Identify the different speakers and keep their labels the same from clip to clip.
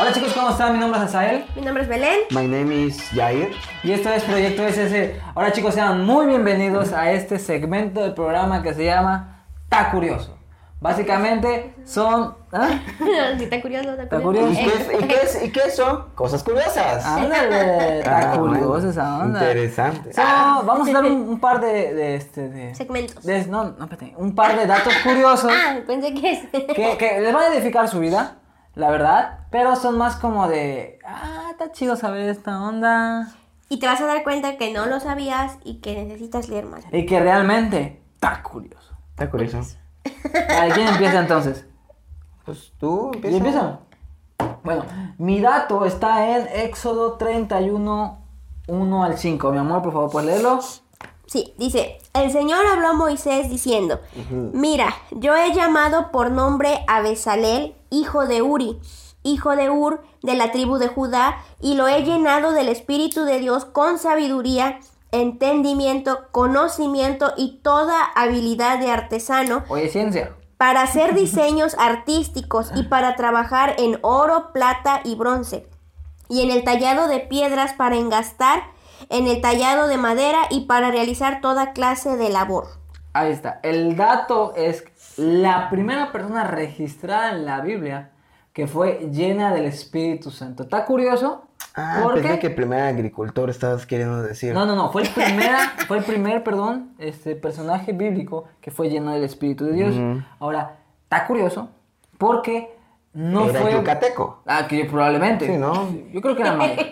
Speaker 1: Hola chicos, ¿cómo están? Mi nombre es Asael.
Speaker 2: Mi nombre es Belén.
Speaker 3: My name is Jair.
Speaker 1: Y esto es Proyecto SS. Hola chicos, sean muy bienvenidos a este segmento del programa que se llama Tá Curioso. Básicamente son... ¿Ah?
Speaker 2: si está curioso,
Speaker 1: ¿Está
Speaker 2: está
Speaker 1: curioso?
Speaker 2: curioso.
Speaker 3: ¿Y qué, y qué es- y qué son? Cosas curiosas.
Speaker 1: Ah. Ándale, tá
Speaker 3: Ah,
Speaker 1: curioso esa onda.
Speaker 3: Interesante. Ah.
Speaker 1: So, vamos a dar un, un par de... de este, de-
Speaker 2: Segmentos.
Speaker 1: de- no, no, espérate. Un par de datos curiosos
Speaker 2: Ah, pensé que es.
Speaker 1: que, que les van a edificar su vida, la verdad. Pero son más como de... Ah, está chido saber esta onda.
Speaker 2: Y te vas a dar cuenta que no lo sabías y que necesitas leer más.
Speaker 1: Y que realmente está curioso.
Speaker 3: Está curioso.
Speaker 1: Vale, ¿Quién empieza entonces?
Speaker 3: Pues tú empieza.
Speaker 1: ¿Y empieza? Bueno, mi dato está en Éxodo 31, 1 al 5. Mi amor, por favor, puedes leerlo.
Speaker 2: Sí, dice, el Señor habló a Moisés diciendo, mira, yo he llamado por nombre a Besalel, hijo de Uri, hijo de Ur, de la tribu de Judá, y lo he llenado del Espíritu de Dios con sabiduría, entendimiento, conocimiento y toda habilidad de artesano
Speaker 1: Oye, ciencia.
Speaker 2: para hacer diseños artísticos y para trabajar en oro, plata y bronce, y en el tallado de piedras para engastar, en el tallado de madera y para realizar toda clase de labor.
Speaker 1: Ahí está. El dato es la primera persona registrada en la Biblia que fue llena del Espíritu Santo. ¿Está curioso?
Speaker 3: Ah,
Speaker 1: ¿Por
Speaker 3: pensé
Speaker 1: qué?
Speaker 3: que primer agricultor estabas queriendo decir.
Speaker 1: No, no, no, fue el, primera, fue el primer, perdón, este personaje bíblico que fue lleno del Espíritu de Dios.
Speaker 3: Ujú.
Speaker 1: Ahora, está curioso porque no
Speaker 3: Era
Speaker 1: fue...
Speaker 3: yucateco.
Speaker 1: Ah, que probablemente.
Speaker 3: Sí, ¿no?
Speaker 1: Yo creo que era malo.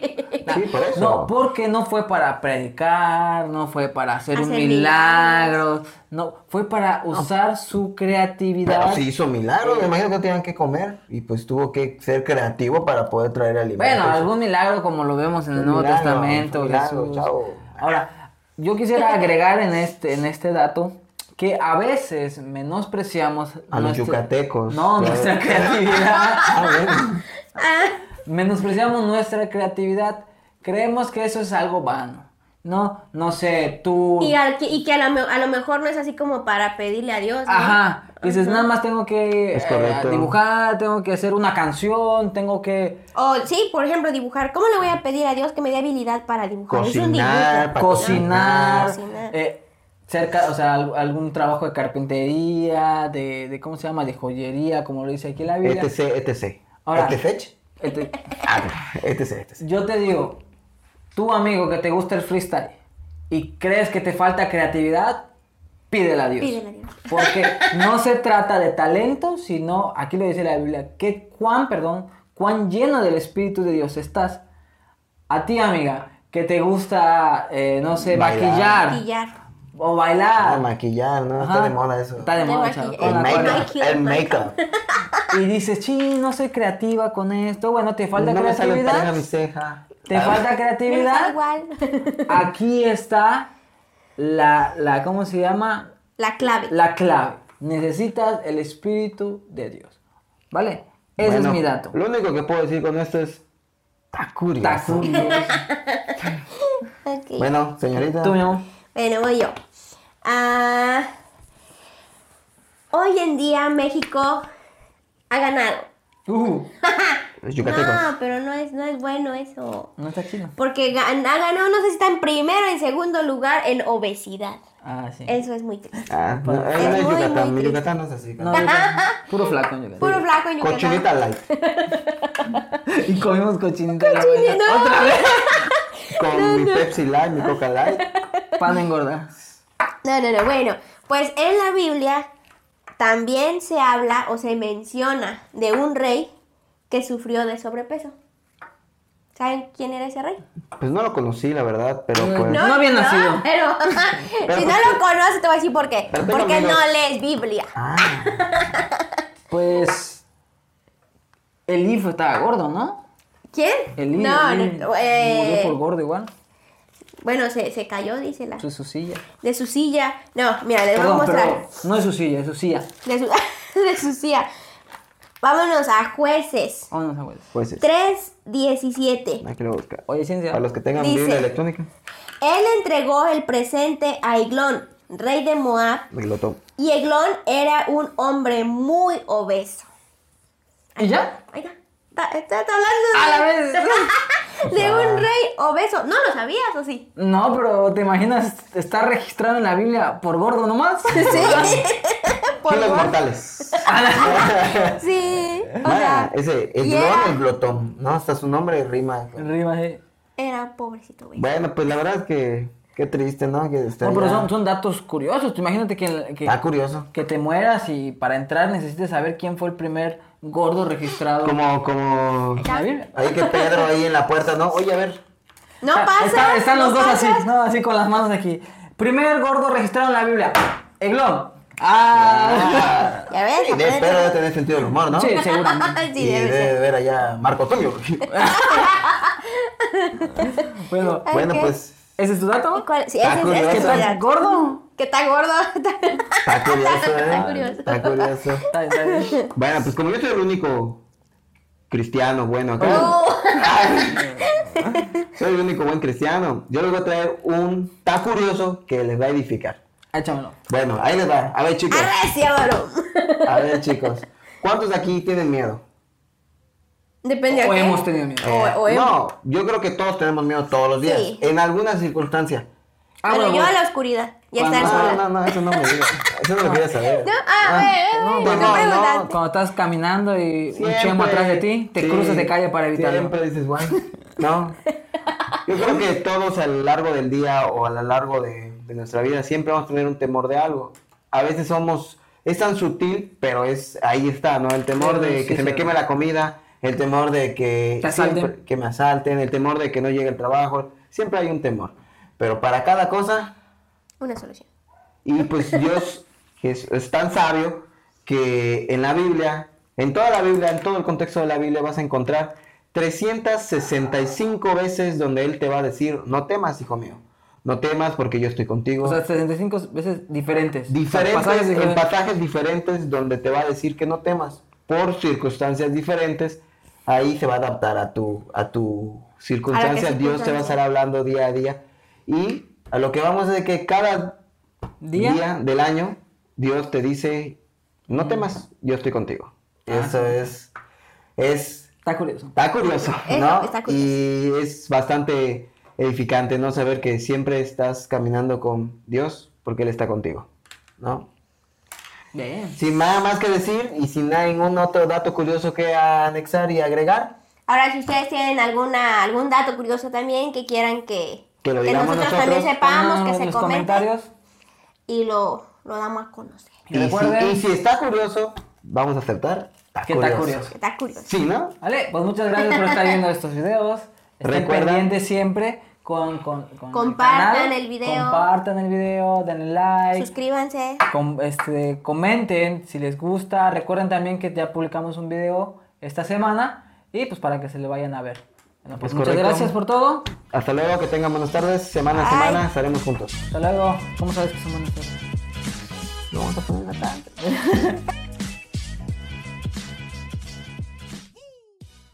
Speaker 3: Sí, por eso.
Speaker 1: No, porque no fue para predicar, no fue para hacer, un
Speaker 2: Hacer
Speaker 1: milagro, no, fue para usar su creatividad.
Speaker 3: Pero se hizo milagro, me imagino que no tenían que comer. Y pues tuvo que ser creativo para poder traer alimentos. Ah,
Speaker 1: Bueno, algún milagro como lo vemos en el
Speaker 3: Un
Speaker 1: Nuevo
Speaker 3: milagro,
Speaker 1: Testamento.
Speaker 3: un milagro,
Speaker 1: Jesús.
Speaker 3: chao.
Speaker 1: Ahora, yo quisiera agregar en este, en este dato que a veces menospreciamos
Speaker 3: A los yucatecos,
Speaker 1: No,
Speaker 3: claro.
Speaker 1: nuestra creatividad.
Speaker 3: Ah, bueno.
Speaker 2: Ah,
Speaker 1: menospreciamos nuestra creatividad. Creemos que eso es algo vano. No, no sé, tú.
Speaker 2: Y, al que, y que a, lo, me- a lo mejor no es así como para pedirle a Dios. ¿no?
Speaker 1: Ajá. Dices, nada más tengo que eh,
Speaker 3: Es correcto.
Speaker 1: dibujar, tengo que hacer una canción, tengo que
Speaker 2: O sí, por ejemplo, dibujar. ¿Cómo le voy a pedir a Dios que me dé habilidad para dibujar? Es un
Speaker 3: Cocinar,
Speaker 2: dibujo.
Speaker 3: Para
Speaker 1: cocinar.
Speaker 2: cocinar.
Speaker 1: eh, cerca, o sea, al- algún trabajo de carpintería, de, de, ¿cómo se llama? De joyería, como lo dice aquí la Biblia.
Speaker 3: ETC, ETC.
Speaker 1: Ahora.
Speaker 3: ¿ETC?
Speaker 1: Este,
Speaker 3: Ah, ETC, ETC.
Speaker 1: yo te digo, tu amigo que te gusta el freestyle y crees que te falta creatividad, pídele a Dios.
Speaker 2: Pídele a Dios.
Speaker 1: Porque no se trata de talento, sino, aquí lo dice la Biblia, que cuán, perdón, cuán lleno del Espíritu de Dios estás. A ti, amiga, que te gusta, eh, no sé,
Speaker 3: Bailar.
Speaker 1: maquillar.
Speaker 2: Maquillar.
Speaker 1: O bailar.
Speaker 3: Ah, maquillar, ¿no?
Speaker 1: Ajá.
Speaker 3: Está de moda eso.
Speaker 1: Está de
Speaker 2: De
Speaker 1: moda,
Speaker 2: maquillar.
Speaker 1: chaval.
Speaker 3: El
Speaker 1: Con la cola.
Speaker 3: make-up. El make-up.
Speaker 1: Y dices, sí, no soy creativa con esto. Bueno, te falta
Speaker 3: no me sale pareja
Speaker 1: creatividad.
Speaker 3: mi ceja. Ah.
Speaker 1: Te falta
Speaker 2: Me da
Speaker 1: creatividad.
Speaker 2: igual.
Speaker 1: Aquí está la, la, ¿cómo se llama?
Speaker 2: La clave.
Speaker 1: La clave. Necesitas el Espíritu de Dios. ¿Vale? Ese
Speaker 3: Bueno,
Speaker 1: es mi dato.
Speaker 3: Lo único que puedo decir con esto es. Está curioso.
Speaker 1: Está curioso.
Speaker 2: Ok.
Speaker 3: Bueno, señorita.
Speaker 1: Tú, mi amor.
Speaker 2: Bueno, voy yo. Ah, hoy en día México ha ganado.
Speaker 1: Uh,
Speaker 3: Los yucatecos.
Speaker 2: No, pero no es, no es bueno eso.
Speaker 1: no está chido.
Speaker 2: Porque gan- ha ganado, no sé si está en primero o en segundo lugar en obesidad.
Speaker 1: Ah, sí.
Speaker 2: Eso es muy triste.
Speaker 3: Ah, no,
Speaker 1: Es
Speaker 3: eh, no es
Speaker 2: muy, muy
Speaker 3: Yucatán.
Speaker 2: triste.
Speaker 3: Yucatán no es así.
Speaker 1: No, yo también. puro flaco. yo creo.
Speaker 2: Puro flaco en Yucatán.
Speaker 3: Cochinita light.
Speaker 1: Y comimos cochinita. de la
Speaker 2: Cochinita.
Speaker 1: buena. Otra vez.
Speaker 3: Con mi Pepsi light, mi Coca light.
Speaker 1: Pan engorda.
Speaker 2: No, no, no. Bueno, pues en la Biblia también se habla o se menciona de un rey que sufrió de sobrepeso. ¿Saben quién era ese rey?
Speaker 3: Pues no lo conocí, la verdad, pero pues.
Speaker 1: No había nacido.
Speaker 2: Pero,
Speaker 3: Pero
Speaker 2: si no
Speaker 3: porque-
Speaker 2: lo conoces, te voy a decir por qué.
Speaker 3: Pero tengo
Speaker 2: Porque
Speaker 3: amigos.
Speaker 2: no lees Biblia.
Speaker 3: Ah,
Speaker 1: Pues. El IFO estaba gordo, ¿no?
Speaker 2: ¿Quién?
Speaker 1: El IFO.
Speaker 2: no,
Speaker 1: el
Speaker 2: no,
Speaker 1: IFO,
Speaker 2: eh,
Speaker 1: Murió por gordo igual.
Speaker 2: bueno, se, se cayó, dice la.
Speaker 1: Su, su silla.
Speaker 2: De su silla. No, mira, les voy Eh,
Speaker 1: Perdón,
Speaker 2: a mostrar.
Speaker 1: perdón. No es su silla, es su silla.
Speaker 2: De su, de su silla. Vámonos a jueces.
Speaker 1: Vámonos, abuelos.
Speaker 3: pues. es.
Speaker 2: 3.17.
Speaker 3: Aquí lo busca.
Speaker 1: Oye, ciencia.
Speaker 3: Para los que tengan
Speaker 2: Dice-
Speaker 3: Biblia electrónica,
Speaker 2: Él entregó el presente a Eglón, rey de Moab,
Speaker 3: me lo tomo.
Speaker 2: y Eglón era un hombre muy obeso.
Speaker 1: ¿Y ya?
Speaker 2: Ahí está. Ta- Estás hablando
Speaker 1: A la vez.
Speaker 2: de, de un
Speaker 3: Ah.
Speaker 2: rey obeso. No lo sabías, ¿o sí?
Speaker 1: No, pero ¿te imaginas estar registrado en la Biblia por gordo nomás?
Speaker 2: Sí. Por
Speaker 3: Kilos
Speaker 2: favor.
Speaker 3: mortales.
Speaker 2: Sí. O
Speaker 3: Ah,
Speaker 2: sea,
Speaker 3: ese, el
Speaker 2: y
Speaker 3: glotón, el
Speaker 2: era,
Speaker 3: glotón. No, hasta su nombre rima.
Speaker 1: Rima, sí.
Speaker 2: era pobrecito, güey.
Speaker 3: Bueno, pues la verdad es que qué triste, ¿no? Que está
Speaker 1: No, pero
Speaker 3: ya-
Speaker 1: son, son datos curiosos. Tú Imagínate que, que,
Speaker 3: Está curioso.
Speaker 1: que te mueras y para entrar necesites saber quién fue el primer gordo registrado en
Speaker 3: Como, como...
Speaker 1: la Biblia.
Speaker 3: Ahí que Pedro ahí en la puerta, ¿no? Oye, a ver.
Speaker 2: No
Speaker 1: Ah,
Speaker 2: pasa.
Speaker 1: está- están
Speaker 2: no
Speaker 1: los dos
Speaker 2: pasa.
Speaker 1: así, ¿no? Así con las manos aquí. Primer gordo registrado en la Biblia. Eglón. Ah.
Speaker 2: Ya ves,
Speaker 3: Y de
Speaker 2: acuérdate.
Speaker 3: Pedro debe tener sentido del humor, ¿no?
Speaker 1: Sí, seguramente.
Speaker 2: Sí,
Speaker 3: y
Speaker 2: debe
Speaker 3: debe
Speaker 2: ser.
Speaker 3: de ver allá Marco Tulio.
Speaker 1: Bueno,
Speaker 3: bueno,
Speaker 2: Ok.
Speaker 3: pues
Speaker 1: ¿ese es tu dato?
Speaker 2: ¿Y cuál? Sí,
Speaker 3: Está
Speaker 2: ese es- ese es
Speaker 1: ¿Qué
Speaker 3: curioso.
Speaker 2: tu
Speaker 1: tal?
Speaker 2: dato.
Speaker 1: ¿Gordo?
Speaker 2: Que está gordo.
Speaker 3: está curioso, ¿eh?
Speaker 2: Está curioso.
Speaker 3: Está curioso.
Speaker 1: Está bien, está bien.
Speaker 3: Bueno, pues como yo soy el único cristiano bueno acá.
Speaker 2: Oh.
Speaker 3: Soy el único buen cristiano. Yo les voy a traer un tan curioso que les va a edificar.
Speaker 1: Échamelo.
Speaker 3: Bueno, ahí les va. A ver, chicos.
Speaker 2: Arrecio, bro.
Speaker 3: A ver, chicos. ¿Cuántos de aquí tienen miedo?
Speaker 2: Depende a
Speaker 1: O
Speaker 2: qué.
Speaker 1: hemos tenido miedo.
Speaker 2: O- o hemos-
Speaker 3: Eh, no, yo creo que todos tenemos miedo todos los días.
Speaker 2: Sí.
Speaker 3: En alguna circunstancia.
Speaker 1: Ah,
Speaker 2: Pero
Speaker 1: bueno,
Speaker 2: yo a
Speaker 1: bueno.
Speaker 2: la oscuridad. Y a
Speaker 1: Cuando-
Speaker 2: estar
Speaker 1: Ah,
Speaker 3: No,
Speaker 2: sola.
Speaker 3: no, no, eso no me digas. Eso no lo quieres saber.
Speaker 2: No, ah, eh, eh,
Speaker 1: No,
Speaker 2: eh,
Speaker 1: no,
Speaker 2: no
Speaker 1: no.
Speaker 2: preguntaste.
Speaker 1: Cuando estás caminando y un chemo atrás de ti, te
Speaker 3: Sí,
Speaker 1: cruzas de calle para evitarlo.
Speaker 3: Siempre dices, bueno, no. Yo creo que todos a lo largo del día o a lo largo de, de nuestra vida siempre vamos a tener un temor de algo. A veces somos, es tan sutil, pero es ahí está, ¿no? El
Speaker 1: Sí,
Speaker 3: temor de
Speaker 1: sí,
Speaker 3: que se me
Speaker 1: sí.
Speaker 3: queme la comida, el temor de que,
Speaker 1: Te asalten.
Speaker 3: siempre- que me asalten, el temor de que no llegue el trabajo. Siempre hay un temor. Pero para cada cosa
Speaker 2: Una solución.
Speaker 3: y pues Dios que es, es tan sabio que en la Biblia, en toda la Biblia, en todo el contexto de la Biblia vas a encontrar 365 veces donde Él te va a decir, no temas, hijo mío, no temas porque yo estoy contigo.
Speaker 1: O sea, 65 veces diferentes.
Speaker 3: diferentes,
Speaker 1: O sea, pasajes
Speaker 3: en
Speaker 1: diferentes.
Speaker 3: pasajes diferentes donde te va a decir que no temas por circunstancias diferentes, ahí se va a adaptar a tu, a tu circunstancia, Dios te va a estar hablando día a día. Y a lo que vamos es de que cada
Speaker 1: Día.
Speaker 3: día, del año, Dios te dice, no temas, yo estoy contigo. Eso es, es,
Speaker 1: Está curioso.
Speaker 3: está curioso,
Speaker 2: Eso,
Speaker 3: ¿no?
Speaker 2: está
Speaker 3: Y es bastante edificante, ¿no? Saber que siempre estás caminando con Dios porque Él está contigo, ¿no?
Speaker 1: Bien.
Speaker 3: Sin nada más que decir y sin ningún otro dato curioso que anexar y agregar,
Speaker 2: Ahora, si ustedes tienen alguna algún dato curioso también que quieran que,
Speaker 3: Que lo digamos
Speaker 2: nosotros,
Speaker 3: nosotros,
Speaker 2: también sepamos,
Speaker 1: Pongan
Speaker 2: que
Speaker 1: en
Speaker 2: se
Speaker 1: los
Speaker 2: comente
Speaker 1: comentarios.
Speaker 2: y lo, lo damos a conocer.
Speaker 1: Y
Speaker 3: y si,
Speaker 1: recuerden
Speaker 3: y si está curioso, vamos a aceptar. Está
Speaker 1: que está curioso.
Speaker 2: Está curioso.
Speaker 3: Sí, ¿no?
Speaker 1: Vale, pues muchas gracias por estar viendo estos videos. Estén
Speaker 3: Recuerda-
Speaker 1: pendientes siempre con, con, con el
Speaker 2: Compartan
Speaker 1: canal.
Speaker 2: el video.
Speaker 1: Compartan el video, denle like.
Speaker 2: Suscríbanse.
Speaker 1: com- este, comenten si les gusta. Recuerden también que ya publicamos un video esta semana y pues para que se lo vayan a ver. Bueno, pues
Speaker 3: Es
Speaker 1: muchas
Speaker 3: correcto.
Speaker 1: gracias por todo.
Speaker 3: Hasta luego, que tengan buenas tardes. Semana a
Speaker 2: Bye.
Speaker 3: semana estaremos juntos.
Speaker 1: Hasta luego. ¿Cómo sabes que somos nosotros?
Speaker 3: No vamos a poner la tarde.